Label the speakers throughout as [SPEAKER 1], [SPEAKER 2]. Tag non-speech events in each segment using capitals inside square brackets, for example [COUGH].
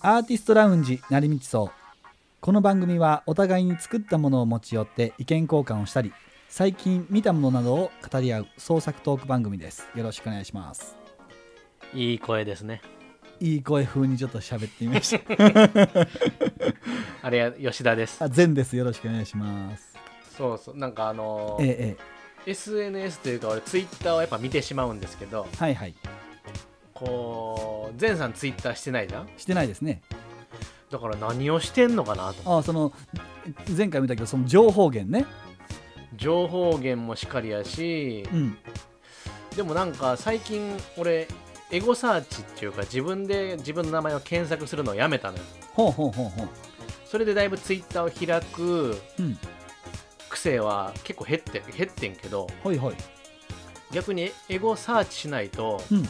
[SPEAKER 1] アーティストラウンジ成道荘この番組はお互いに作ったものを持ち寄って意見交換をしたり最近見たものなどを語り合う創作トーク番組ですよろしくお願いします
[SPEAKER 2] いい声ですね。
[SPEAKER 1] いい声風にちょっと喋ってみました
[SPEAKER 2] あれや、吉田です。
[SPEAKER 1] あ善ですよろしくお願いします
[SPEAKER 2] そうそう、なんかあの
[SPEAKER 1] えええ
[SPEAKER 2] ー、SNS というか、俺、ツイッターをやっぱ見てしまうんですけど、
[SPEAKER 1] えはいはい
[SPEAKER 2] こう、善さんツイッターしてないじゃん
[SPEAKER 1] してないですね
[SPEAKER 2] だから何をしてんのかなと。
[SPEAKER 1] あその前回見たけどその情報源ね
[SPEAKER 2] 情報源もしかりやし、
[SPEAKER 1] うん
[SPEAKER 2] でもなんか最近、俺、エゴサーチっていうか、自分で自分の名前を検索するのをやめたのよ。
[SPEAKER 1] ほうほうほうほう
[SPEAKER 2] それでだいぶツイッターを開く
[SPEAKER 1] うん
[SPEAKER 2] 癖は結構減って減ってんけど
[SPEAKER 1] ほいほい
[SPEAKER 2] 逆にエゴサーチしないと
[SPEAKER 1] うん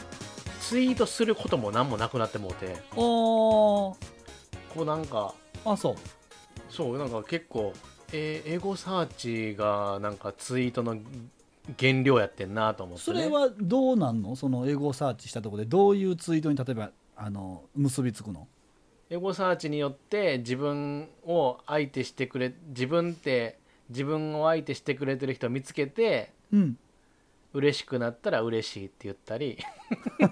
[SPEAKER 2] ツイートすることも何もなくなってもうて
[SPEAKER 1] おー
[SPEAKER 2] こうなんか
[SPEAKER 1] あそう
[SPEAKER 2] そうなんか結構、えーエゴサーチがなんかツイートの原料やってんなと思って、ね、
[SPEAKER 1] それはどうなんのその英語サーチしたところでどういうツイートに例えばあの結びつくの
[SPEAKER 2] エゴサーチによって自分を相手してくれ自分って自分を相手してくれてる人を見つけて
[SPEAKER 1] うん
[SPEAKER 2] 嬉しくなったら嬉しいって言ったり
[SPEAKER 1] [LAUGHS]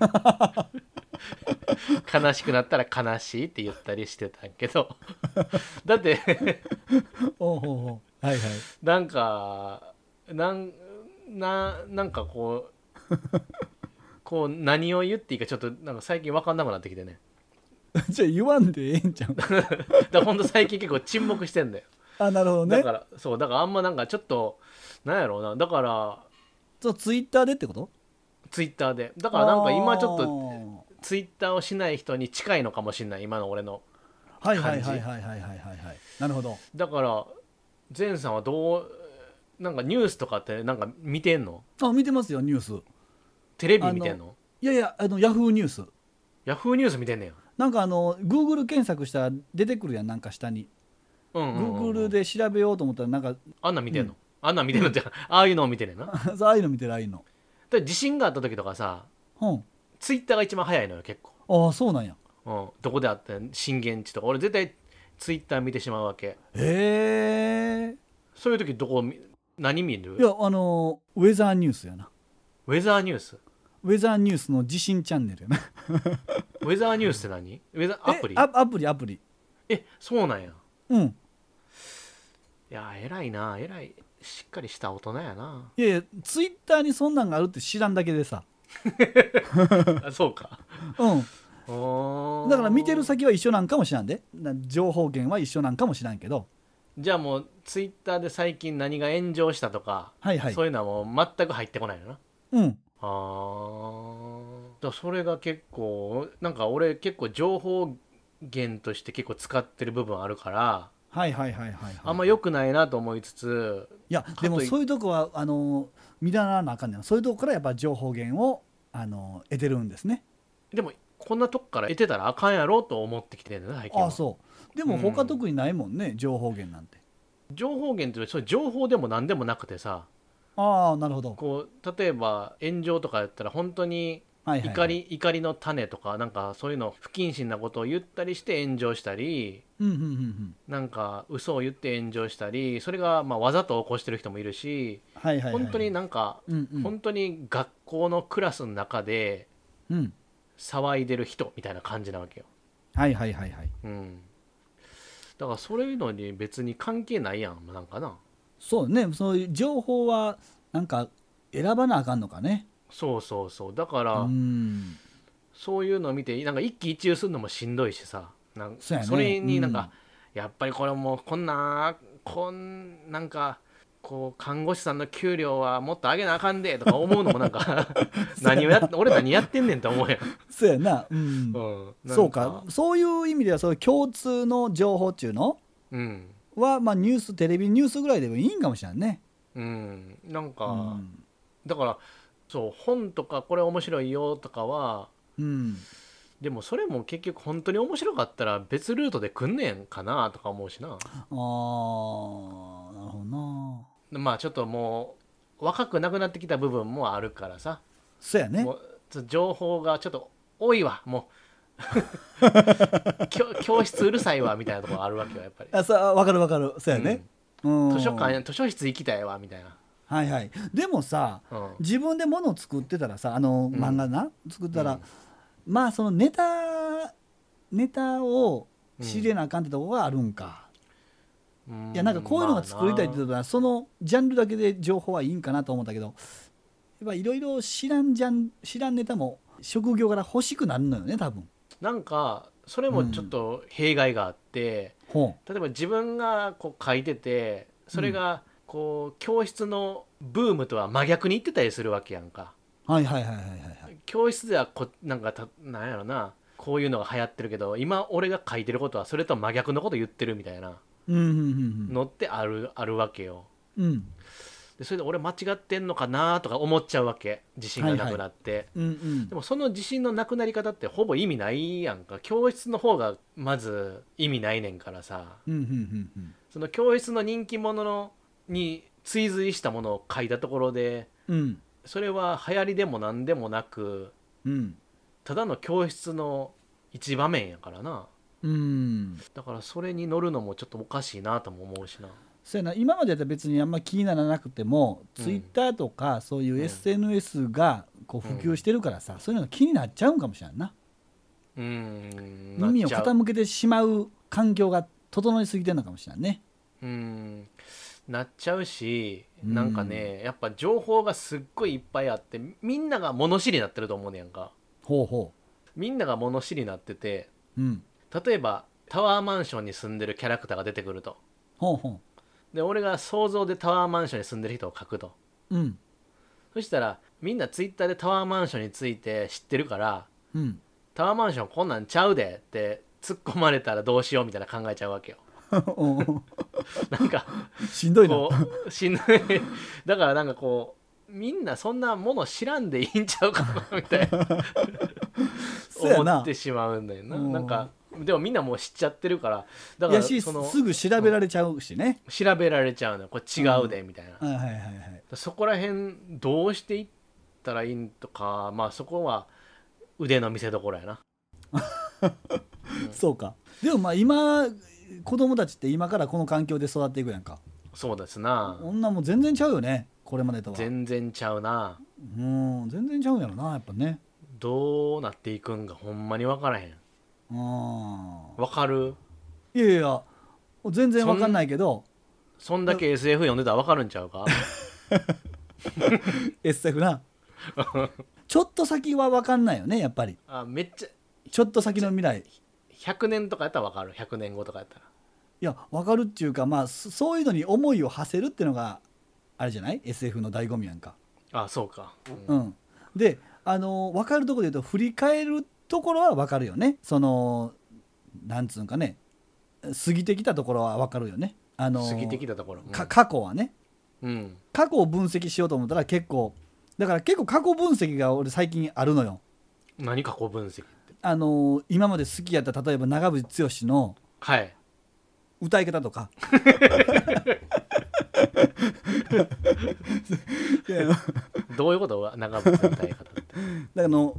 [SPEAKER 2] 悲しくなったら悲しいって言ったりしてたんけどだって
[SPEAKER 1] おうほうほうはい [LAUGHS] はい
[SPEAKER 2] なんかなんななんかこ [LAUGHS] うこう何を言っていいかちょっとなんか最近分かんなくなってきてね
[SPEAKER 1] じゃあ言わんでええんちゃう
[SPEAKER 2] だからほんと最近結構沈黙してんだよ、
[SPEAKER 1] あなるほど
[SPEAKER 2] だ
[SPEAKER 1] ね
[SPEAKER 2] からそうだからあんまなんかちょっとなんやろうなだから
[SPEAKER 1] そうツイッターでってこと
[SPEAKER 2] ツイッターでだからなんか今ちょっと
[SPEAKER 1] と
[SPEAKER 2] ツイッターをしない人に近いのかもしれない今の俺の
[SPEAKER 1] はいはいはいはいはいはいはいはいなるほど
[SPEAKER 2] だから善さんはどうなんかニュースとかってなんか見てんの
[SPEAKER 1] あ見てますよニュース
[SPEAKER 2] テレビ見てんの
[SPEAKER 1] いやいやあのヤフーニュース
[SPEAKER 2] ヤフーニュース見てんねや
[SPEAKER 1] なんかあのグーグル検索したら出てくるやんなんか下に
[SPEAKER 2] うん
[SPEAKER 1] グ
[SPEAKER 2] うんうん
[SPEAKER 1] ーグルで調べようと思ったらなんか [LAUGHS]
[SPEAKER 2] あんなん見てんの、あんなん見てんのってああいうのを見てんねんなだか
[SPEAKER 1] そうああいうの見てるああいうの
[SPEAKER 2] ら地震があった時とかさ
[SPEAKER 1] うん
[SPEAKER 2] ツイッターが一番早いのよ結構、
[SPEAKER 1] ああそうなんや
[SPEAKER 2] うん、どこであったん震源地とか俺絶対ツイッター見てしまうわけ
[SPEAKER 1] へえ
[SPEAKER 2] そういう時どこ見何見る
[SPEAKER 1] いやあのウェザーニュースやな
[SPEAKER 2] ウェザーニュース
[SPEAKER 1] ウェザーニュースの地震チャンネルやな
[SPEAKER 2] ウェザーニュースって何ウェザーアプリ
[SPEAKER 1] えアアプリアプリ
[SPEAKER 2] えそうなんや
[SPEAKER 1] うん
[SPEAKER 2] いや偉いな偉いしっかりした大人
[SPEAKER 1] [LAUGHS]
[SPEAKER 2] やない
[SPEAKER 1] やいやツイッターにそんなんがあるって知らんだけでさ
[SPEAKER 2] あそうか
[SPEAKER 1] う
[SPEAKER 2] お
[SPEAKER 1] ん
[SPEAKER 2] ー
[SPEAKER 1] だから見てる先は一緒なんかもしらんでな情報源は一緒なんかもしらんけど
[SPEAKER 2] じゃあもうツイッターで最近何が炎上したとか、
[SPEAKER 1] はいはい
[SPEAKER 2] そういうのはもう全く入ってこないよな
[SPEAKER 1] うん
[SPEAKER 2] あーだからそれが結構なんか俺結構情報源として結構使ってる部分あるから
[SPEAKER 1] はいはいはいはい、はい、
[SPEAKER 2] あんま良くないなと思いつつ
[SPEAKER 1] いや
[SPEAKER 2] とい
[SPEAKER 1] でもそういうとこはあの見習わなあかんねんそういうとこからやっぱ情報源をあの得てるんですね
[SPEAKER 2] でもこんなとこから得てたらあかんやろと思ってきてるんだな最近
[SPEAKER 1] あ
[SPEAKER 2] は
[SPEAKER 1] あそうでも他特にないもんね、情報源なんて
[SPEAKER 2] 情報源ってそういう情報でも何でもなくてさ
[SPEAKER 1] ああなるほど
[SPEAKER 2] こう例えば炎上とかやったら本当に
[SPEAKER 1] はいはい、はい、
[SPEAKER 2] 怒り怒りの種とかなんかそういうの不謹慎なことを言ったりして炎上したり
[SPEAKER 1] うんうんうんうん
[SPEAKER 2] なんか嘘を言って炎上したりそれがまあわざと起こしてる人もいるし
[SPEAKER 1] はいはいはい
[SPEAKER 2] 本当になんか
[SPEAKER 1] うんうん
[SPEAKER 2] 本当に学校のクラスの中で
[SPEAKER 1] うん
[SPEAKER 2] 騒いでる人みたいな感じなわけよ。
[SPEAKER 1] はいはいはいはい
[SPEAKER 2] うんだからそういうのに別に関係ないやんなんかな
[SPEAKER 1] そうねそういう情報はなんか選ばなあかんのかね
[SPEAKER 2] そうそうそうだか
[SPEAKER 1] う
[SPEAKER 2] ら
[SPEAKER 1] ん
[SPEAKER 2] そういうのを見てなんか一喜一憂するのもしんどいしさなんか
[SPEAKER 1] そうやね
[SPEAKER 2] れになんか、やっぱりこれもうこんなこんなんかこう看護師さんの給料はもっと上げなあかんでとか思うの
[SPEAKER 1] [LAUGHS]
[SPEAKER 2] もなんか何をやっ俺何やってんねんと思うやん,、
[SPEAKER 1] そうやなうん
[SPEAKER 2] うん、なん
[SPEAKER 1] そうかそういう意味ではそういう共通の情報っていうの
[SPEAKER 2] うん
[SPEAKER 1] は、まあ、ニューステレビニュースぐらいでもいいんかもしれんね
[SPEAKER 2] うんなんか、
[SPEAKER 1] うん
[SPEAKER 2] だからそう本とかこれ面白いよとかは
[SPEAKER 1] うん
[SPEAKER 2] でもそれも結局本当に面白かったら別ルートで来んねんかなとか思うしな
[SPEAKER 1] ああーなるほどな
[SPEAKER 2] まあちょっともう若くなくなってきた部分もあるからさ
[SPEAKER 1] そうやね
[SPEAKER 2] もうちょっと情報がちょっと多いわもう
[SPEAKER 1] [LAUGHS]
[SPEAKER 2] 教教室うるさいわみたいなところあるわけよやっぱり、
[SPEAKER 1] あそう分かる分かるそうやね、うん
[SPEAKER 2] 図書館や図書室行きたいわみたいな、
[SPEAKER 1] はいはいでもさ
[SPEAKER 2] うん、
[SPEAKER 1] 自分で物を作ってたらさあの
[SPEAKER 2] うん
[SPEAKER 1] 漫画な、作ったら、
[SPEAKER 2] うん
[SPEAKER 1] まあそのネタネタを仕入れなあかんってとこがあるんか、
[SPEAKER 2] うん
[SPEAKER 1] いやなんかこういうのが作りたいって言ったら、そのジャンルだけで情報はいいんかなと思ったけどやっぱいろいろ知らんジャン知らんネタも職業から欲しくなるのよね多分
[SPEAKER 2] なんかそれもちょっと弊害があって、
[SPEAKER 1] ほう
[SPEAKER 2] 例えば自分がこう書いててそれがこう教室のブームとは真逆に行ってたりするわけやんか
[SPEAKER 1] はいはいはいはいはいはい
[SPEAKER 2] 教室ではこなんかたなんやろなこういうのが流行ってるけど今俺が書いてることはそれとは真逆のこと言ってるみたいな
[SPEAKER 1] うんうん
[SPEAKER 2] のってあるあるわけよ
[SPEAKER 1] うんうんうん
[SPEAKER 2] でそれで俺間違ってんのかなとか思っちゃうわけ自信がなくなって、
[SPEAKER 1] うんうん
[SPEAKER 2] でもその自信のなくなり方ってほぼ意味ないやんか教室の方がまず意味ないねんからさ
[SPEAKER 1] うんうんうんうん
[SPEAKER 2] その教室の人気者のに追随したものを書いたところで
[SPEAKER 1] うん
[SPEAKER 2] それは流行りでも何でもなく
[SPEAKER 1] うん
[SPEAKER 2] ただの教室の一場面やからな
[SPEAKER 1] うん
[SPEAKER 2] だからそれに乗るのもちょっとおかしいなとも思うしな
[SPEAKER 1] そうやな今までやったら別にあんま気にならなくても、
[SPEAKER 2] うん
[SPEAKER 1] ツイッターとかそういう
[SPEAKER 2] うん
[SPEAKER 1] SNS がこう普及してるからさ、そういうのが気になっちゃうんかもしれんな
[SPEAKER 2] うーん
[SPEAKER 1] 耳を
[SPEAKER 2] なっちゃう
[SPEAKER 1] 傾けてしまう環境が整いすぎてるのかもしれんね
[SPEAKER 2] うーんなっちゃうし
[SPEAKER 1] うん
[SPEAKER 2] なんかねやっぱ情報がすっごいいっぱいあってみんなが物知りになってると思うねやんか
[SPEAKER 1] ほうほ
[SPEAKER 2] みんなが物知りになってて
[SPEAKER 1] ううん
[SPEAKER 2] 例えばタワーマンションに住んでるキャラクターが出てくると
[SPEAKER 1] ほうほ
[SPEAKER 2] で俺が想像でタワーマンションに住んでる人を書くと
[SPEAKER 1] ううん
[SPEAKER 2] そしたらみんなツイッターでタワーマンションについて知ってるから
[SPEAKER 1] うん [LAUGHS]
[SPEAKER 2] タワーマンションこんなんちゃうでって突っ込まれたらどうしようみたいな考えちゃうわけよ
[SPEAKER 1] おう
[SPEAKER 2] なんか
[SPEAKER 1] しんどいな
[SPEAKER 2] こうしんどい [LAUGHS] だからなんかこうみんなそんなもの知らんでいいんちゃうかなみたいな
[SPEAKER 1] [LAUGHS] そうや
[SPEAKER 2] 思
[SPEAKER 1] な
[SPEAKER 2] ってしまうんだよな
[SPEAKER 1] うん
[SPEAKER 2] なんかでもみんなもう知っちゃってるからだ
[SPEAKER 1] い
[SPEAKER 2] か
[SPEAKER 1] や
[SPEAKER 2] ら
[SPEAKER 1] し
[SPEAKER 2] その
[SPEAKER 1] すぐ調べられちゃうしね、
[SPEAKER 2] 調べられちゃうのよこれ違うでみたいな、
[SPEAKER 1] はいはいはいはい
[SPEAKER 2] そこら辺どうしていったらいいんとかまあそこは腕の見せ所やな
[SPEAKER 1] そうかでもまあ今子供たちって今からこの環境で育っていくやんか
[SPEAKER 2] そうですな
[SPEAKER 1] 女もう全然ちゃうよねこれまでとは
[SPEAKER 2] 全然ちゃうな
[SPEAKER 1] うん全然ちゃうんやろなやっぱね
[SPEAKER 2] どうなっていくんかほんまに分からへん
[SPEAKER 1] うん
[SPEAKER 2] 分かる
[SPEAKER 1] いやいや全然わかんないけど
[SPEAKER 2] そんだけ SF 読んでたら分かるんちゃうか [LAUGHS]
[SPEAKER 1] SF なちょっと先はわかんないよねやっぱり
[SPEAKER 2] あめっちゃ
[SPEAKER 1] ちょっと先の未来い
[SPEAKER 2] 100年とかやったら分かる100年後とかやったら
[SPEAKER 1] やわかるっていうかまあそそういうのに思いを馳せるっていうのがあれじゃない SF の醍醐味やんか
[SPEAKER 2] あそうか、う
[SPEAKER 1] うんんであの分かるところで言うと振り返るところはわかるよねそのなんつうんかね過ぎてきたところはわかるよねあの
[SPEAKER 2] 過ぎてきたところうん
[SPEAKER 1] か過去はね
[SPEAKER 2] うん
[SPEAKER 1] 過去を分析しようと思ったら結構だから結構過去分析が俺最近あるのよ。
[SPEAKER 2] 何過去分析って
[SPEAKER 1] あのー今まで好きやった例えば長渕剛の
[SPEAKER 2] はい
[SPEAKER 1] 歌い方とか [LAUGHS] いやだか
[SPEAKER 2] どういうこと長渕の歌い方って
[SPEAKER 1] らあの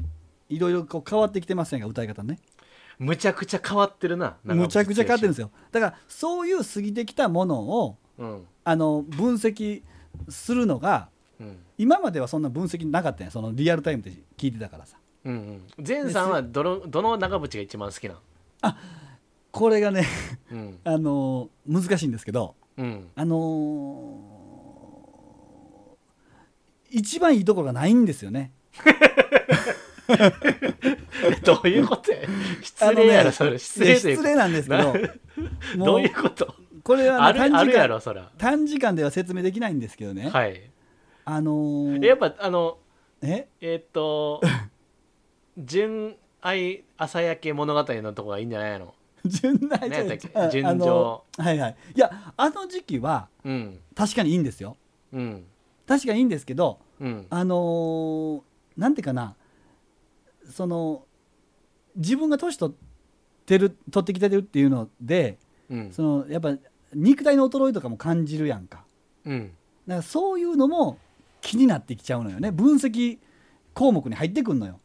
[SPEAKER 1] いろいろこう変わってきてませんが歌い方ね
[SPEAKER 2] むちゃくちゃ変わってるな
[SPEAKER 1] むちゃくちゃ変わってるんです
[SPEAKER 2] よ、
[SPEAKER 1] よだからそういう過ぎてきたものを
[SPEAKER 2] うん
[SPEAKER 1] あの分析するのが
[SPEAKER 2] うん
[SPEAKER 1] 今まではそんな分析なかったんやそのリアルタイムで聞いてたからさ
[SPEAKER 2] うんうん、前さんはどのどの長渕が一番好きなん
[SPEAKER 1] これがね
[SPEAKER 2] うん
[SPEAKER 1] あのー難しいんですけど
[SPEAKER 2] [LAUGHS] うん
[SPEAKER 1] あのー一番いいところがないんですよね。
[SPEAKER 2] どういうことや
[SPEAKER 1] あ
[SPEAKER 2] 失
[SPEAKER 1] のね
[SPEAKER 2] 礼やろそれ失
[SPEAKER 1] いや
[SPEAKER 2] 礼という
[SPEAKER 1] 失
[SPEAKER 2] か
[SPEAKER 1] 礼なんですけど、も
[SPEAKER 2] どういうこと
[SPEAKER 1] これは
[SPEAKER 2] あ
[SPEAKER 1] ね
[SPEAKER 2] るあ
[SPEAKER 1] 短
[SPEAKER 2] る
[SPEAKER 1] 時
[SPEAKER 2] や
[SPEAKER 1] 間
[SPEAKER 2] ろそら
[SPEAKER 1] 短時間では説明できないんですけどね、
[SPEAKER 2] はい
[SPEAKER 1] あのー
[SPEAKER 2] えやっぱあの
[SPEAKER 1] え
[SPEAKER 2] えーっと「純愛朝焼け物語」のとこがいいんじゃないの
[SPEAKER 1] 純愛
[SPEAKER 2] 何やったっけ
[SPEAKER 1] あ
[SPEAKER 2] 純情
[SPEAKER 1] あのはいはいいやあの時期は
[SPEAKER 2] うん
[SPEAKER 1] 確かにいいんですよ
[SPEAKER 2] うん
[SPEAKER 1] 確かにいいんですけど
[SPEAKER 2] うん
[SPEAKER 1] あのーなんていうかなその自分が年取ってる取ってきてるっていうので
[SPEAKER 2] うん
[SPEAKER 1] そのやっぱ肉体の衰えとかも感じるやんか
[SPEAKER 2] うん
[SPEAKER 1] だからそういうのも気になってきちゃうのよね分析項目に入ってくんのよ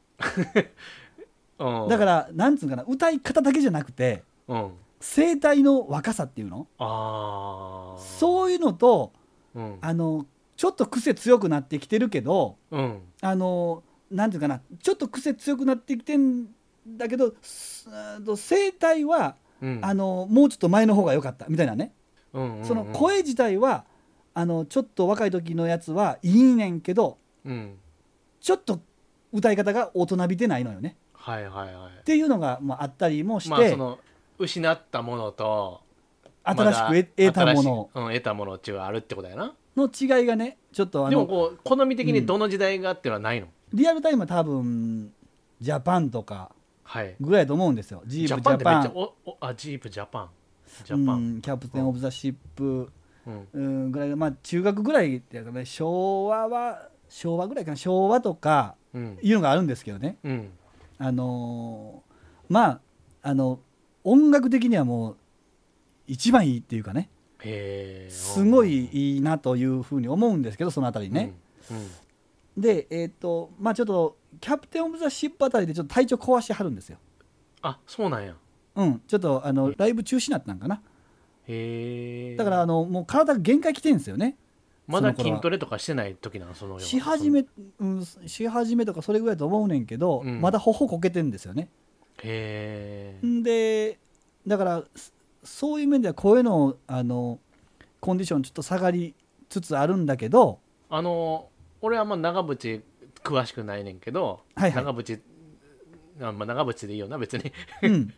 [SPEAKER 2] うん、
[SPEAKER 1] だからなんつうのかな歌い方だけじゃなくて
[SPEAKER 2] うん
[SPEAKER 1] 声帯の若さっていうの
[SPEAKER 2] ああ
[SPEAKER 1] そういうのと
[SPEAKER 2] うん
[SPEAKER 1] あのちょっと癖強くなってきてるけど
[SPEAKER 2] うん
[SPEAKER 1] あのなんていうかなちょっと癖強くなってきてんだけどすあと声帯は、
[SPEAKER 2] うん
[SPEAKER 1] あのもうちょっと前の方が良かったみたいなね、
[SPEAKER 2] うんうんうん
[SPEAKER 1] その声自体はあのちょっと若い時のやつはいいねんけど
[SPEAKER 2] うん
[SPEAKER 1] ちょっと歌い方が大人びてないのよね
[SPEAKER 2] はいはいはい
[SPEAKER 1] っていうのが、まあ、あったりもして、
[SPEAKER 2] まあその失ったものと
[SPEAKER 1] 新しく得得たもの
[SPEAKER 2] まだ新しいうん、得たものっていうのはあるってことやな
[SPEAKER 1] の違いがねちょっとあ
[SPEAKER 2] でも
[SPEAKER 1] の
[SPEAKER 2] こう好み的にどの時代がっていうのはないの、
[SPEAKER 1] リアルタイムは多分ジャパンとか
[SPEAKER 2] はい
[SPEAKER 1] ぐらいだと思うんですよジープ
[SPEAKER 2] ジ
[SPEAKER 1] ジ
[SPEAKER 2] ャ
[SPEAKER 1] ャ
[SPEAKER 2] パ
[SPEAKER 1] パ
[SPEAKER 2] ン
[SPEAKER 1] ン
[SPEAKER 2] ってめっちゃおおあジープジャパンジャパン
[SPEAKER 1] うんキャプテン・オブ・ザ・シップ、
[SPEAKER 2] うん、
[SPEAKER 1] うん、ぐらいがまあ中学ぐらいだよね昭和は昭和ぐらいかな昭和とか
[SPEAKER 2] うん
[SPEAKER 1] いうのがあるんですけどね
[SPEAKER 2] うん
[SPEAKER 1] あのーまああの音楽的にはもう一番いいっていうかね
[SPEAKER 2] へえ
[SPEAKER 1] すごいいいなというふうに思うんですけどそのあたりね、
[SPEAKER 2] うん、うん
[SPEAKER 1] でえっ、とまあちょっとキャプテン・オブ・ザ・シップあたりでちょっと体調壊してはるんですよ
[SPEAKER 2] あそうなんや
[SPEAKER 1] うんちょっとあのライブ中止になったんかな
[SPEAKER 2] へえ
[SPEAKER 1] だからあのもう体が限界来てるんですよね
[SPEAKER 2] ま
[SPEAKER 1] そ
[SPEAKER 2] だ
[SPEAKER 1] の頃
[SPEAKER 2] 筋
[SPEAKER 1] は
[SPEAKER 2] トレとかしてない時なのその
[SPEAKER 1] し始め、うん、し始めとかそれぐらいだと思うねんけど、
[SPEAKER 2] うん
[SPEAKER 1] まだ頬こけてんですよね。
[SPEAKER 2] へえ
[SPEAKER 1] んでだからそそういう面では声のあのコンディションちょっと下がりつつあるんだけ
[SPEAKER 2] [LAUGHS]
[SPEAKER 1] ど
[SPEAKER 2] あの俺はあんま長渕詳しくないねんけど、
[SPEAKER 1] はいはい
[SPEAKER 2] 長渕あまあ、長渕でいいよな別に [LAUGHS]
[SPEAKER 1] うん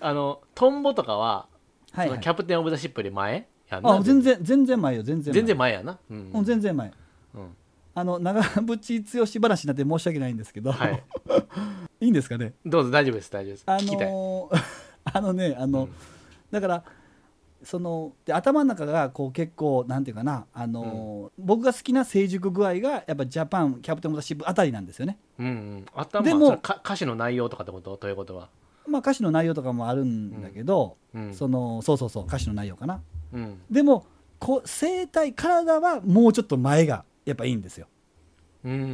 [SPEAKER 2] あのトンボとかは、
[SPEAKER 1] はい、
[SPEAKER 2] そ
[SPEAKER 1] は
[SPEAKER 2] の
[SPEAKER 1] い
[SPEAKER 2] キ、ャプテン・オブ・ザ・シップより前やんな
[SPEAKER 1] あ全然全然前よ全然前
[SPEAKER 2] 全然前やなうん、
[SPEAKER 1] うん全然前
[SPEAKER 2] うん
[SPEAKER 1] あの長渕剛話になって申し訳ないんですけど、
[SPEAKER 2] はい
[SPEAKER 1] [LAUGHS] いいんですかね
[SPEAKER 2] どうぞ大丈夫です大丈夫です、
[SPEAKER 1] あ
[SPEAKER 2] 聞きたい
[SPEAKER 1] のー [LAUGHS] あのねあの、
[SPEAKER 2] うん
[SPEAKER 1] だからそので頭の中がこう結構なんていうかな、あのー僕が好きな成熟具合がやっぱジャパンキャプテン・オブ・ザ・シップあたりなんですよね、
[SPEAKER 2] うんうん、頭
[SPEAKER 1] でも
[SPEAKER 2] それか歌詞の内容とかってことということは
[SPEAKER 1] まあ、歌詞の内容とかもあるんだけど、
[SPEAKER 2] うん
[SPEAKER 1] そのそうそうそう歌詞の内容かな
[SPEAKER 2] うん
[SPEAKER 1] でもこう声帯体はもうちょっと前がやっぱいいんですよ、
[SPEAKER 2] うんうんう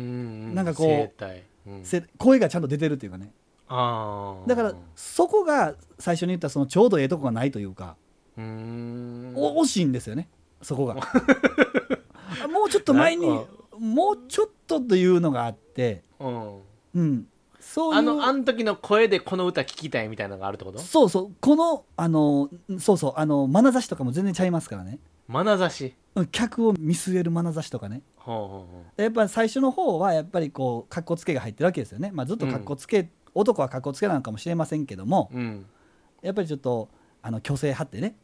[SPEAKER 2] ん
[SPEAKER 1] なんかこう
[SPEAKER 2] 声帯、うん、
[SPEAKER 1] せ声がちゃんと出てるっていうかね
[SPEAKER 2] あー
[SPEAKER 1] だからそこが最初に言ったそのちょうどええとこがないというか、
[SPEAKER 2] うーん
[SPEAKER 1] お惜しいんですよねそこがあ [LAUGHS] もうちょっと前に
[SPEAKER 2] なんか
[SPEAKER 1] もうちょっとというのがあって
[SPEAKER 2] うん
[SPEAKER 1] うんそういう
[SPEAKER 2] あのあの時の声でこの歌聞きたいみたいなのがあるってこと
[SPEAKER 1] そうそうこのあのそうそうあの眼差しとかも全然ちゃいますからね
[SPEAKER 2] 眼差し
[SPEAKER 1] うん客を見据える眼差しとかね
[SPEAKER 2] ほうほうほ
[SPEAKER 1] やっぱ最初の方はやっぱりこうかっこつけが入ってるわけですよね、まあ、ずっとかっこつけ、男はかっこつけなのかもしれませんけども
[SPEAKER 2] う、うん、
[SPEAKER 1] やっぱりちょっとあの虚勢張ってね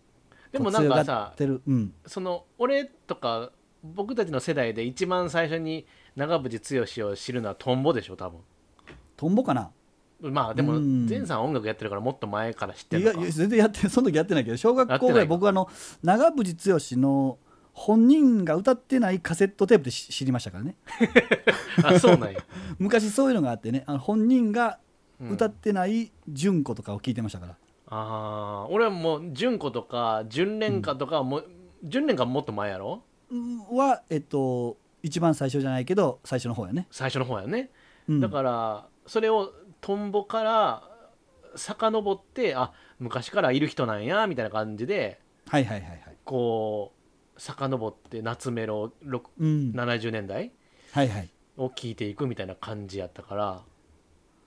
[SPEAKER 2] でもなんか
[SPEAKER 1] 強が
[SPEAKER 2] さ
[SPEAKER 1] ってる、うん、
[SPEAKER 2] その俺とか僕たちの世代で一番最初に長渕剛を知るのはトンボでしょ多
[SPEAKER 1] トンボかな
[SPEAKER 2] 分まあでも
[SPEAKER 1] うん
[SPEAKER 2] 前さん音楽やってるからもっと前から知って
[SPEAKER 1] い
[SPEAKER 2] るの
[SPEAKER 1] や
[SPEAKER 2] か
[SPEAKER 1] いや全然やってその時やってないけど小学校ぐら
[SPEAKER 2] やってないいか
[SPEAKER 1] 僕はあの長渕剛の本人が歌ってないカセットテープでし知りましたからね
[SPEAKER 2] あそうなんや、
[SPEAKER 1] 昔そういうのがあってねあの本人が
[SPEAKER 2] うん
[SPEAKER 1] 歌ってない純子とかを聞いてましたから、
[SPEAKER 2] ああ俺はもう純子とか純恋歌とかはもう、純恋歌もっと前やろ
[SPEAKER 1] うんはえっと一番最初じゃないけど最初の方やね、
[SPEAKER 2] 最初の方やね、
[SPEAKER 1] うん
[SPEAKER 2] だからそれをトンボから遡ってあ昔からいる人なんやみたいな感じで
[SPEAKER 1] はいはいはいはい
[SPEAKER 2] こう遡って夏メロ6
[SPEAKER 1] うん
[SPEAKER 2] 70年代
[SPEAKER 1] はいはい
[SPEAKER 2] を聞いていくみたいな感じやったから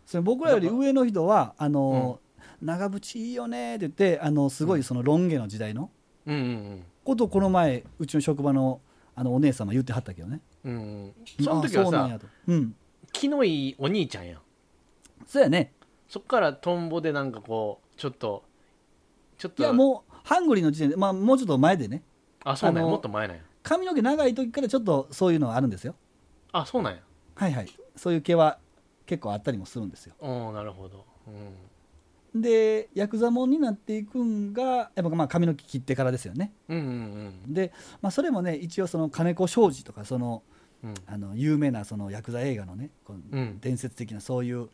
[SPEAKER 1] それ僕らより上の人はあの、長渕いいよねって言ってあのすごいそのロン毛の時代の
[SPEAKER 2] うんうん
[SPEAKER 1] ことをこの前うちの職場のあのお姉様言ってはったけどね
[SPEAKER 2] うんうんその時
[SPEAKER 1] あ
[SPEAKER 2] は
[SPEAKER 1] そうなん
[SPEAKER 2] さ
[SPEAKER 1] やとうん
[SPEAKER 2] 気のいいお兄ちゃんやん
[SPEAKER 1] そうやね
[SPEAKER 2] そっからトンボでなんかこうちょっとちょっ
[SPEAKER 1] い
[SPEAKER 2] と
[SPEAKER 1] やもうハングリーの時点で、まあ、もうちょっと前でね
[SPEAKER 2] あそうなん
[SPEAKER 1] あ
[SPEAKER 2] や
[SPEAKER 1] の
[SPEAKER 2] もっと前なんや
[SPEAKER 1] 髪の毛長い時からちょっとそういうのはあるんですよ
[SPEAKER 2] あそうなんや
[SPEAKER 1] はいはいそういう毛は結構あったりもするんですよ
[SPEAKER 2] おーなるほど、うん、
[SPEAKER 1] でヤクザもんになっていくんがやっぱまあ髪の毛切ってからですよね
[SPEAKER 2] うんうん
[SPEAKER 1] で、まあ、それもね一応その金子庄司とかその
[SPEAKER 2] うんうん
[SPEAKER 1] あの有名なそのヤクザ映画のねこう
[SPEAKER 2] うん
[SPEAKER 1] 伝説的なそういう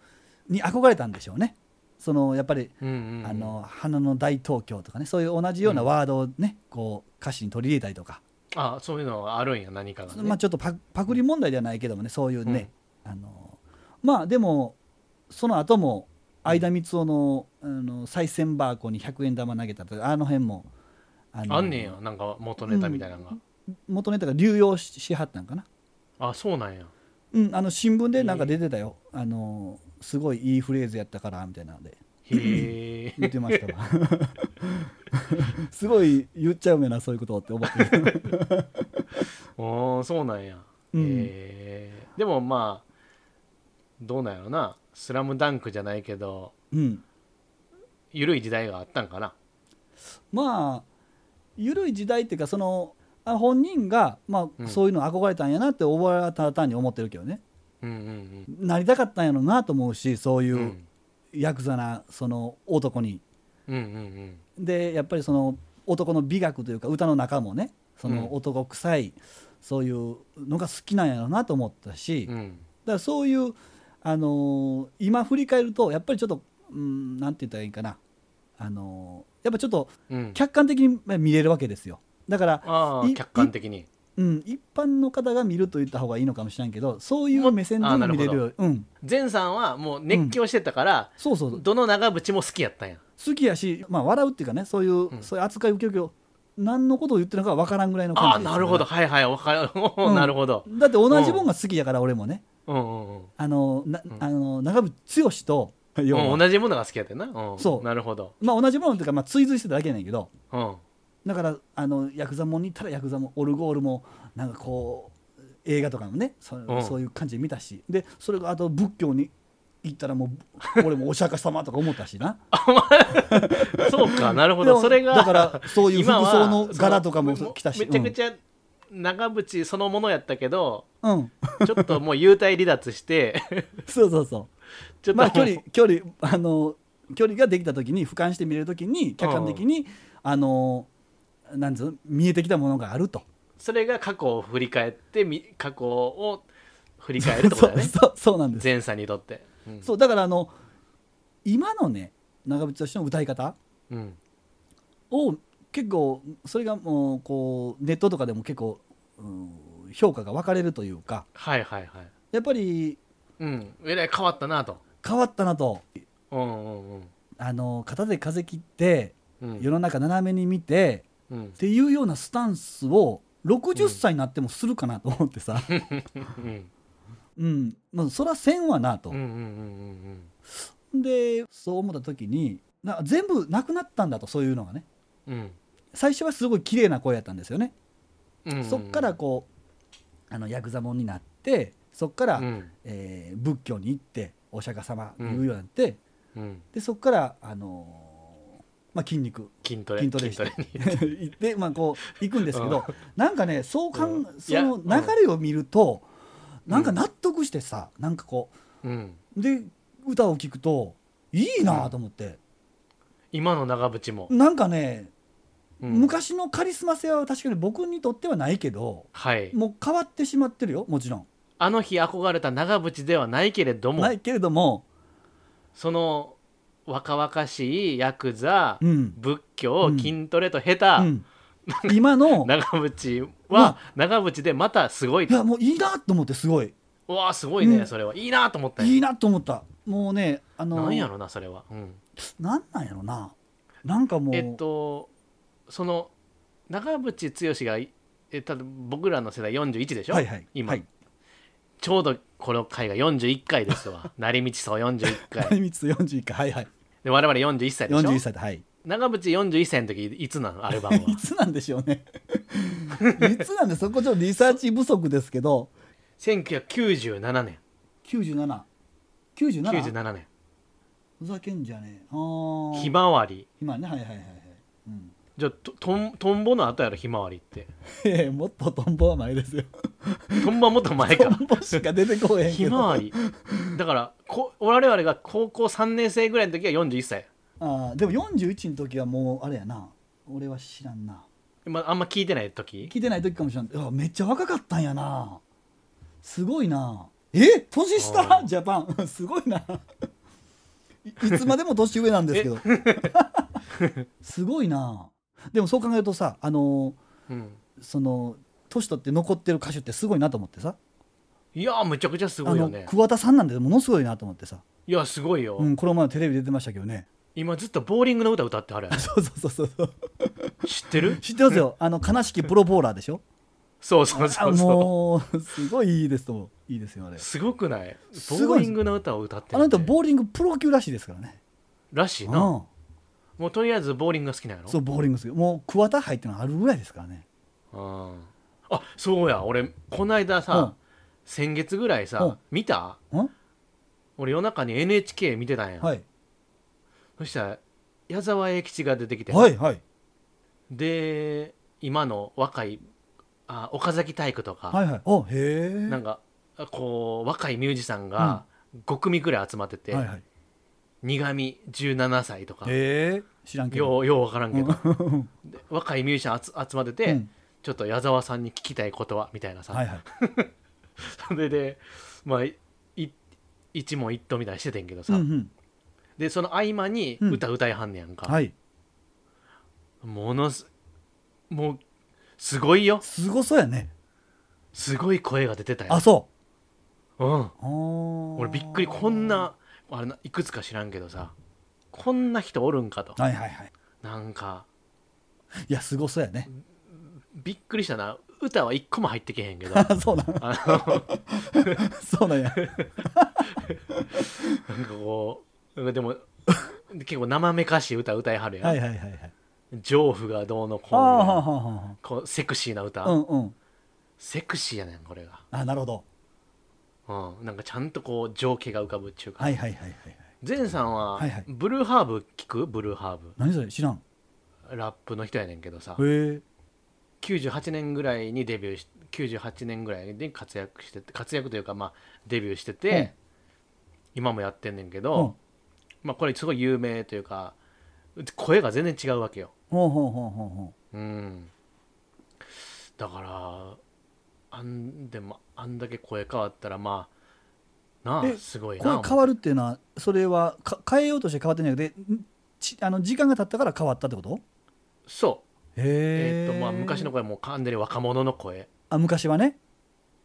[SPEAKER 1] に憧れたんでしょうねそのやっぱり、
[SPEAKER 2] うんうんうん
[SPEAKER 1] あの「花の大東京」とかねそういう同じようなワードをね、こう歌詞に取り入れたりとか、
[SPEAKER 2] あそういうのがあるんや何かが、ね
[SPEAKER 1] まあ、ちょっとパパクリ問題ではないけどもねそういうね、あのまあでもその後も相田光雄のあの賽銭箱に100円玉投げたとかあの辺もあ
[SPEAKER 2] あんねんやなんか元ネタみたいなのが、
[SPEAKER 1] 元ネタが流用ししはったんかな、
[SPEAKER 2] あそうなんや
[SPEAKER 1] うん、あの新聞でなんか出てたよ、あのすごいいいフレーズやったからみたいなので
[SPEAKER 2] へえ
[SPEAKER 1] 言ってました
[SPEAKER 2] [LAUGHS]
[SPEAKER 1] わ [LAUGHS] すごい言っちゃうよなそういうことって思って
[SPEAKER 2] [LAUGHS]
[SPEAKER 1] る
[SPEAKER 2] おーそうなんや、
[SPEAKER 1] うん
[SPEAKER 2] へえでもまあどうなんやろな「スラムダンクじゃないけど
[SPEAKER 1] うん
[SPEAKER 2] 緩い時代があったんかな
[SPEAKER 1] まあ緩い時代っていうかそのあ本人が、ま
[SPEAKER 2] う
[SPEAKER 1] あ、
[SPEAKER 2] ん
[SPEAKER 1] そういうの憧れたんやなって思われた単に思ってるけどね、
[SPEAKER 2] うんうん
[SPEAKER 1] なりたかったんやろなと思うしそうい
[SPEAKER 2] うんう
[SPEAKER 1] うんヤクザなその男に
[SPEAKER 2] うんうん
[SPEAKER 1] でやっぱりその男の美学というか歌の中もねそ
[SPEAKER 2] うん
[SPEAKER 1] の男臭い、そういうのが好きなんやろなと思ったし、
[SPEAKER 2] う
[SPEAKER 1] だか
[SPEAKER 2] ん
[SPEAKER 1] らそういう、あのー今振り返るとやっぱりちょっと、うん、なんて言ったらいいんかな、あのーやっぱちょっと
[SPEAKER 2] うん
[SPEAKER 1] 客観的に見れるわけですよだから、
[SPEAKER 2] ああ
[SPEAKER 1] い
[SPEAKER 2] 客観的に
[SPEAKER 1] うん、一般の方が見ると言った方がいいのかもしれんけどそういう目線で
[SPEAKER 2] あ
[SPEAKER 1] も
[SPEAKER 2] なる
[SPEAKER 1] 見
[SPEAKER 2] ほど
[SPEAKER 1] れるようん、
[SPEAKER 2] 前さんはもう熱狂してたから、
[SPEAKER 1] そうそう
[SPEAKER 2] どの長渕も好きやったんや
[SPEAKER 1] 好きやし、まあ、笑うっていうかねそういう、
[SPEAKER 2] うん
[SPEAKER 1] そういう扱い受けるけど何のことを言ってるのか分からんぐらいの
[SPEAKER 2] あ
[SPEAKER 1] 感
[SPEAKER 2] あ
[SPEAKER 1] じです
[SPEAKER 2] なるほどはいはいわかるおー
[SPEAKER 1] うん
[SPEAKER 2] [LAUGHS] なるほど
[SPEAKER 1] だって同じもんが好きやから俺もね
[SPEAKER 2] うんうんうん
[SPEAKER 1] あのな、
[SPEAKER 2] うん
[SPEAKER 1] あの長渕剛と要は
[SPEAKER 2] うん同じものが好きやったよな、うん、
[SPEAKER 1] そう
[SPEAKER 2] なるほど
[SPEAKER 1] まあ、同じものっていうか、まあ、追随してただけやねんけど
[SPEAKER 2] うん
[SPEAKER 1] だからあのヤクザもんに行ったらヤクザもんオルゴールもなんかこう映画とかもねそ,、
[SPEAKER 2] う
[SPEAKER 1] うんそういう感じで見たしでそれがあと仏教に行ったらもう俺もお釈迦様とか思ったしな
[SPEAKER 2] そうかなるほ
[SPEAKER 1] で
[SPEAKER 2] ど
[SPEAKER 1] も
[SPEAKER 2] それが
[SPEAKER 1] だからそういう服
[SPEAKER 2] 今は
[SPEAKER 1] 装の柄とかも
[SPEAKER 2] その
[SPEAKER 1] 来たし
[SPEAKER 2] めめちゃくちゃ長渕そのものやったけど、
[SPEAKER 1] うん、うん、
[SPEAKER 2] ちょっともう幽体離脱して
[SPEAKER 1] そうそうそう
[SPEAKER 2] ちょっともう
[SPEAKER 1] まあ距離距離あの距離ができた時に俯瞰して見れる時に客観的に、あのなんつうの見えてきたものがあると。
[SPEAKER 2] それが過去を振り返ってみ過去を振り返るってことだよね
[SPEAKER 1] そうそうそうなんです。
[SPEAKER 2] 前さんにとって、うん
[SPEAKER 1] そうだからあの今のね長渕としての歌い方
[SPEAKER 2] うん
[SPEAKER 1] を結構それがもうこうネットとかでも結構、うん評価が分かれるというか
[SPEAKER 2] はいはいはい
[SPEAKER 1] やっぱり
[SPEAKER 2] うんえらい変わったなと
[SPEAKER 1] 変わったなと
[SPEAKER 2] うんうんうん
[SPEAKER 1] あの片手風切って
[SPEAKER 2] うん
[SPEAKER 1] 世の中斜めに見て。
[SPEAKER 2] うん
[SPEAKER 1] っ、ていうようなスタンスを60歳になってもするかなと思ってさ、
[SPEAKER 2] うん
[SPEAKER 1] うん、まあ、そらせんわなと
[SPEAKER 2] うんうんう、ん
[SPEAKER 1] でそう思った時にな全部なくなったんだとそういうのがね
[SPEAKER 2] うんうん
[SPEAKER 1] 最初はすごい綺麗な声やったんですよね、
[SPEAKER 2] うんうん
[SPEAKER 1] そっからこうあのヤクザもんになってそっから、
[SPEAKER 2] うん
[SPEAKER 1] えー仏教に行ってお釈迦様
[SPEAKER 2] うん
[SPEAKER 1] 言うようになって、
[SPEAKER 2] うん
[SPEAKER 1] でそっから、あのーまあ、筋肉
[SPEAKER 2] 筋トレ
[SPEAKER 1] 筋トレして
[SPEAKER 2] に
[SPEAKER 1] [LAUGHS] 行って、まあ、こう行くんですけど、なんかねそうかん、
[SPEAKER 2] うん
[SPEAKER 1] その
[SPEAKER 2] いやうん
[SPEAKER 1] 流れを見ると、
[SPEAKER 2] うん
[SPEAKER 1] なんか納得してさなんかこ
[SPEAKER 2] うん
[SPEAKER 1] うで歌を聴くといいなと思って、
[SPEAKER 2] 今の長渕も、
[SPEAKER 1] なんかね、
[SPEAKER 2] うん
[SPEAKER 1] 昔のカリスマ性は確かに僕にとってはないけど
[SPEAKER 2] はい
[SPEAKER 1] もう変わってしまってるよもちろん
[SPEAKER 2] あの日憧れた長渕ではないけれども
[SPEAKER 1] ないけれども、
[SPEAKER 2] その若々しいヤクザ、
[SPEAKER 1] うん
[SPEAKER 2] 仏教、
[SPEAKER 1] うん
[SPEAKER 2] 筋トレと下手、
[SPEAKER 1] うん、今
[SPEAKER 2] [LAUGHS]
[SPEAKER 1] の
[SPEAKER 2] 長渕
[SPEAKER 1] ま
[SPEAKER 2] は長渕でまたすごい
[SPEAKER 1] いやもういいなと思ってすごい、
[SPEAKER 2] うわあすごいね、
[SPEAKER 1] うん
[SPEAKER 2] それはいいなと思ったんや
[SPEAKER 1] いいなと思ったもうねあの
[SPEAKER 2] なんやろなそれは、うん
[SPEAKER 1] なんなんやろななんかもう、
[SPEAKER 2] えっとその長渕剛がいえただ僕らの世代41でしょ、
[SPEAKER 1] はいはい
[SPEAKER 2] 今、
[SPEAKER 1] はい
[SPEAKER 2] ちょうどこの回が41回で
[SPEAKER 1] [LAUGHS]
[SPEAKER 2] すわ成道さん41回
[SPEAKER 1] 三つ41回はいはい
[SPEAKER 2] で我々41歳でしょ
[SPEAKER 1] 41歳ではい
[SPEAKER 2] 長渕41歳の時いつなのアルバムは
[SPEAKER 1] [LAUGHS] いつなんでしょうねいつなんでそこちょっとリサーチ不足ですけど
[SPEAKER 2] 1997年
[SPEAKER 1] 9797 97
[SPEAKER 2] 97年
[SPEAKER 1] ふざけんじゃねえあ
[SPEAKER 2] 「
[SPEAKER 1] ー
[SPEAKER 2] ひまわり
[SPEAKER 1] 暇ねはいはいはいはい、うん、」
[SPEAKER 2] じゃあととんトンボの後やろひまわりって
[SPEAKER 1] ええもっとトンボは前ですよ [LAUGHS]
[SPEAKER 2] トンボはもっと前
[SPEAKER 1] ト
[SPEAKER 2] か
[SPEAKER 1] ンボしか出てこへん
[SPEAKER 2] ひ
[SPEAKER 1] け
[SPEAKER 2] ま
[SPEAKER 1] ど
[SPEAKER 2] わりだからこ我々が高校3年生ぐらいの時は41歳、
[SPEAKER 1] あーでも41の時はもうあれやな俺は知らんな
[SPEAKER 2] まあんま聞いてない時
[SPEAKER 1] 聞いてない時かもしれんうわめっちゃ若かったんやなすごいなえ年
[SPEAKER 2] あ
[SPEAKER 1] 下
[SPEAKER 2] ー
[SPEAKER 1] ジャパン [LAUGHS] すごいないいつまでも年上なんですけど [LAUGHS] すごいなでもそう考えるとさあの
[SPEAKER 2] うん
[SPEAKER 1] その年取って残ってる歌手ってすごいなと思ってさ
[SPEAKER 2] いやーむちゃくちゃす
[SPEAKER 1] あ
[SPEAKER 2] ごいよ
[SPEAKER 1] の
[SPEAKER 2] ね
[SPEAKER 1] 桑田さんなんてものすごいなと思ってさ、
[SPEAKER 2] いやすごいよ、
[SPEAKER 1] うん、この前テレビ出てましたけどね
[SPEAKER 2] 今ずっとボーリングの歌歌ってはるやん
[SPEAKER 1] そうそうそうそう
[SPEAKER 2] 知っ
[SPEAKER 1] [LAUGHS]
[SPEAKER 2] てる
[SPEAKER 1] 知ってますよあの悲しきボロボーラーでしょ
[SPEAKER 2] そうそう
[SPEAKER 1] あ
[SPEAKER 2] そうそう
[SPEAKER 1] もうすごいいいですと思ういいですよあれ
[SPEAKER 2] すごくない
[SPEAKER 1] す
[SPEAKER 2] ボ
[SPEAKER 1] ごい
[SPEAKER 2] ーリングの歌を歌って
[SPEAKER 1] あ
[SPEAKER 2] る
[SPEAKER 1] の
[SPEAKER 2] って
[SPEAKER 1] 人ボーリングプロ級らしいですからね
[SPEAKER 2] らしいな
[SPEAKER 1] うん
[SPEAKER 2] もうとりあえずボーリングが好きなんやろ
[SPEAKER 1] そうボーリングするもう桑田杯ってのあるぐらいですからね
[SPEAKER 2] うんあそうや俺こないださ、
[SPEAKER 1] うん
[SPEAKER 2] 先月ぐらいさ、
[SPEAKER 1] うん
[SPEAKER 2] 見た
[SPEAKER 1] うん
[SPEAKER 2] 俺夜中に NHK 見てたんや、
[SPEAKER 1] はい
[SPEAKER 2] そしたら矢沢永吉が出てきて、
[SPEAKER 1] はいはい
[SPEAKER 2] で今の若いあ岡崎体育とか、
[SPEAKER 1] はいはいおへえ
[SPEAKER 2] なんかこう若いミュージシャンが5組くらい集まってて、
[SPEAKER 1] はいはい
[SPEAKER 2] 苦味17歳とか、
[SPEAKER 1] へえ知らんけど
[SPEAKER 2] ようよう分からんけど、
[SPEAKER 1] [LAUGHS] うん
[SPEAKER 2] で若いミュージシャン集集まってて、
[SPEAKER 1] うん
[SPEAKER 2] ちょっと矢沢さんに聞きたいことはみたいなさ、
[SPEAKER 1] はいはい
[SPEAKER 2] [LAUGHS] それでまあい一問一答みたいにしててんけどさ、
[SPEAKER 1] うんうん
[SPEAKER 2] でその合間に
[SPEAKER 1] うん
[SPEAKER 2] 歌歌いはんねやんか、
[SPEAKER 1] はい
[SPEAKER 2] ものすもうすごいよ
[SPEAKER 1] すごそうやね
[SPEAKER 2] すごい声が出てたよ
[SPEAKER 1] あそ
[SPEAKER 2] うん
[SPEAKER 1] うあー
[SPEAKER 2] 俺びっくりこんなあれないくつか知らんけどさこんな人おるんかと
[SPEAKER 1] はいはいはい
[SPEAKER 2] なんか
[SPEAKER 1] いやすごそうやね
[SPEAKER 2] びっくりしたな歌は一個も入ってけへんけど
[SPEAKER 1] あ [LAUGHS] そうなん
[SPEAKER 2] あの
[SPEAKER 1] [LAUGHS] そうなんや
[SPEAKER 2] なんかこうでも結構生めかしい歌歌いはるやん、
[SPEAKER 1] はいはいはいはい
[SPEAKER 2] 情婦がどうの
[SPEAKER 1] あー
[SPEAKER 2] こう
[SPEAKER 1] は
[SPEAKER 2] の
[SPEAKER 1] あはあは
[SPEAKER 2] こうセクシーな歌、
[SPEAKER 1] あうんうん
[SPEAKER 2] セクシーやねんこれが、
[SPEAKER 1] あなるほど
[SPEAKER 2] うん、なんかちゃんとこう情景が浮かぶっちゅうか、
[SPEAKER 1] はいはいはいはいはい
[SPEAKER 2] ゼンさんは
[SPEAKER 1] はいはい
[SPEAKER 2] ブルーハーブ聞くブルーハーブ
[SPEAKER 1] 何それ知らん
[SPEAKER 2] ラップの人やねんけどさ
[SPEAKER 1] へえ
[SPEAKER 2] 98年ぐらいにデビューし98年ぐらいで活躍してて活躍というかまあデビューしてて、
[SPEAKER 1] うん
[SPEAKER 2] 今もやってんねんけ
[SPEAKER 1] うん
[SPEAKER 2] ど、まあ、これすごい有名というか声が全然違うわけよ
[SPEAKER 1] ほうほうほうほうほ
[SPEAKER 2] うんだからあんでもあんだけ声変わったらまあな
[SPEAKER 1] え
[SPEAKER 2] あすごいうな
[SPEAKER 1] 声変わるっていうのはそれはか変えようとして変わってんじゃなくてんちあの時間が経ったから変わったってこと
[SPEAKER 2] そうえ
[SPEAKER 1] へ
[SPEAKER 2] ーっとまあ昔の
[SPEAKER 1] 声
[SPEAKER 2] 声もう完全に若者の声、
[SPEAKER 1] あ昔はね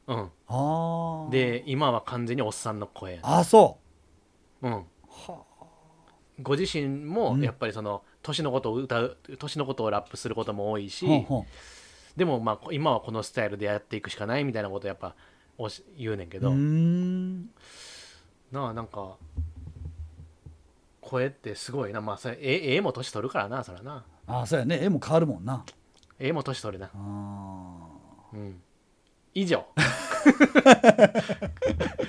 [SPEAKER 2] うん、
[SPEAKER 1] ああ
[SPEAKER 2] で今は完全におっさんの声、
[SPEAKER 1] あそ
[SPEAKER 2] うん、
[SPEAKER 1] うは
[SPEAKER 2] ご自身
[SPEAKER 1] う
[SPEAKER 2] も
[SPEAKER 1] ん
[SPEAKER 2] やっぱりその年のことを歌う年のことをラップすることも多いし
[SPEAKER 1] ほうほ
[SPEAKER 2] でもまあこ今はこのスタイルでやっていくしかないみたいなことをやっぱおし言うねんけ
[SPEAKER 1] うう
[SPEAKER 2] ど、
[SPEAKER 1] ーん
[SPEAKER 2] なあなんか声ってすごいなまあそれ絵絵も年取るからなそらな
[SPEAKER 1] あそうやね絵も変わるもんな
[SPEAKER 2] 絵も年取るな
[SPEAKER 1] あ
[SPEAKER 2] うん
[SPEAKER 1] [LAUGHS]
[SPEAKER 2] 以上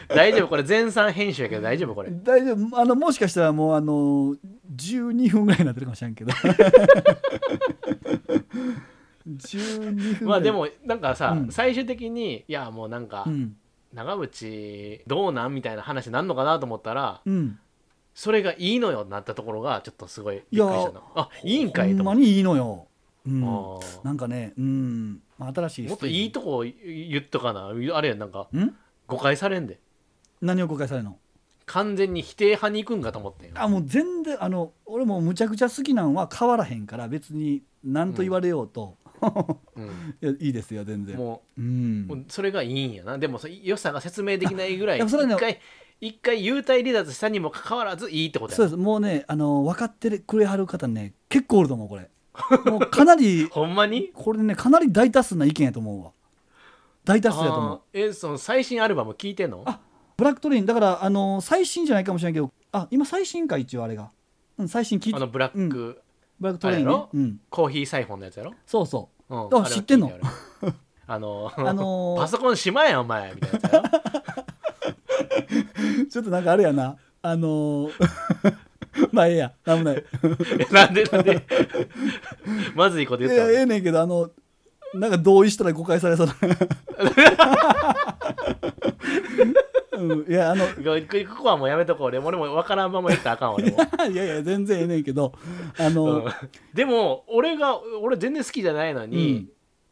[SPEAKER 2] 大丈夫これ全3編集やけど大丈夫これ
[SPEAKER 1] ー大丈夫あのもしかしたらもうあの12分ぐらいになってるかもしれん
[SPEAKER 2] [LAUGHS]
[SPEAKER 1] けど12分ぐらい
[SPEAKER 2] まあでもなんかさ、
[SPEAKER 1] うん
[SPEAKER 2] 最終的にいやもうなんか、
[SPEAKER 1] うん
[SPEAKER 2] 長渕どうなんみたいな話になんのかなと思ったら
[SPEAKER 1] うん
[SPEAKER 2] それがいいのよになったところがちょっとすごいびっくりした
[SPEAKER 1] い
[SPEAKER 2] のあいいんかい
[SPEAKER 1] ほ
[SPEAKER 2] と
[SPEAKER 1] んま
[SPEAKER 2] 思って
[SPEAKER 1] にいいのよ、うん、
[SPEAKER 2] あ
[SPEAKER 1] なんかねうん、まあ、新しい
[SPEAKER 2] ー
[SPEAKER 1] ス
[SPEAKER 2] もっと
[SPEAKER 1] テージ
[SPEAKER 2] いいとこ言っとかなあれやなんか
[SPEAKER 1] ん
[SPEAKER 2] 誤解されんで
[SPEAKER 1] 何を誤解されるの
[SPEAKER 2] 完全に否定派に行くんかと思ってんよ
[SPEAKER 1] あもう全然あの俺もむちゃくちゃ好きなんは変わらへんから別に何と言われようと、
[SPEAKER 2] うん
[SPEAKER 1] いやいいですよ全然
[SPEAKER 2] も
[SPEAKER 1] う
[SPEAKER 2] うも
[SPEAKER 1] ん
[SPEAKER 2] うそれがいいんやなでもそ良さが説明できないぐらい
[SPEAKER 1] でもそれはね
[SPEAKER 2] 一回一回幽体離脱したにもかかわらずいいってこと
[SPEAKER 1] そう
[SPEAKER 2] や
[SPEAKER 1] ですもうねあの分かってくれはる方ね結構おると思うこ
[SPEAKER 2] [LAUGHS]
[SPEAKER 1] れもうかなり
[SPEAKER 2] ほんまに
[SPEAKER 1] これねかなり大多数な意見やと思うわ大多数やと思う
[SPEAKER 2] あーえその最新アルバム聞いてんの
[SPEAKER 1] あブラックトレインだからあの最新じゃないかもしれないけどあ今最新か一応あれが、うん、最新聞い
[SPEAKER 2] あ
[SPEAKER 1] て
[SPEAKER 2] のブラック、
[SPEAKER 1] ブラックトレイン
[SPEAKER 2] あれ
[SPEAKER 1] ね
[SPEAKER 2] やろ、
[SPEAKER 1] うん、
[SPEAKER 2] コーヒーサイフォンのやつやろ
[SPEAKER 1] そうそう
[SPEAKER 2] うん
[SPEAKER 1] あ
[SPEAKER 2] あれは
[SPEAKER 1] 知ってんの
[SPEAKER 2] 聞いたよ俺 [LAUGHS] あの、
[SPEAKER 1] あのー
[SPEAKER 2] パソコンしまえよお前みたいなやつや
[SPEAKER 1] [LAUGHS]
[SPEAKER 2] ろ
[SPEAKER 1] ちょっとなんかあれやな。あのー
[SPEAKER 2] [LAUGHS]
[SPEAKER 1] まあええや。なんもない。
[SPEAKER 2] えなんでなんで [LAUGHS] まずいこと
[SPEAKER 1] い
[SPEAKER 2] 言った
[SPEAKER 1] や
[SPEAKER 2] わ
[SPEAKER 1] ええねんけど、あの、なんか同意したら誤解されそうな。うん、いや、あの、 [LAUGHS]
[SPEAKER 2] ここはもうやめとこう俺俺も分からんまま言ったらあかん俺も、
[SPEAKER 1] いやいや、全然ええねんけど、あの、
[SPEAKER 2] うんでも俺が俺全然好きじゃないのに、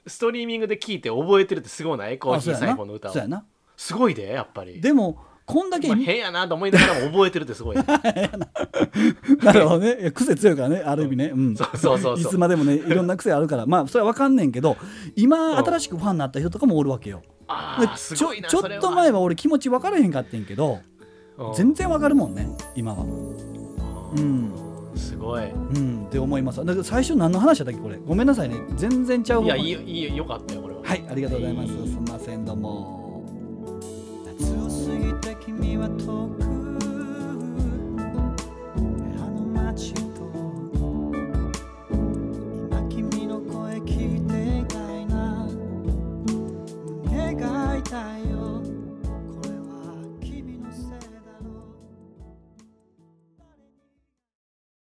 [SPEAKER 2] ストリーミングで聞いて覚えてるってすごないコー
[SPEAKER 1] あ
[SPEAKER 2] ヒ
[SPEAKER 1] そう
[SPEAKER 2] ー
[SPEAKER 1] や
[SPEAKER 2] サイ
[SPEAKER 1] な
[SPEAKER 2] フォンの歌を
[SPEAKER 1] そうやな。
[SPEAKER 2] すごいでやっぱり
[SPEAKER 1] でも、こんだけ、
[SPEAKER 2] まあ変やなと思いながらも覚えてるってすごいね
[SPEAKER 1] [LAUGHS] なるほどね。いや癖強いからね、ある意味ね。うん。
[SPEAKER 2] そうそうそう
[SPEAKER 1] い
[SPEAKER 2] そう
[SPEAKER 1] つまでもね、いろんな癖あるから、まあ、それはわかんねんけど、今、
[SPEAKER 2] うん
[SPEAKER 1] 新しくファンになった人とかもおるわけよ。
[SPEAKER 2] ああす
[SPEAKER 1] ちょ
[SPEAKER 2] ごいな
[SPEAKER 1] ちょ
[SPEAKER 2] それ
[SPEAKER 1] っと前は俺気持ち分からへんかってんけど
[SPEAKER 2] うん
[SPEAKER 1] 全然分かるもんね今は
[SPEAKER 2] うんすごい
[SPEAKER 1] うんって思いますだから最初何の話だったっけこれごめんなさいね全然ちゃう
[SPEAKER 2] い
[SPEAKER 1] 方
[SPEAKER 2] や
[SPEAKER 1] 向
[SPEAKER 2] い
[SPEAKER 1] に
[SPEAKER 2] いよいいよよかったよこれは
[SPEAKER 1] はい、ありがとうございます。す
[SPEAKER 2] はい
[SPEAKER 1] みません、どうも。夏を過ぎた君は遠く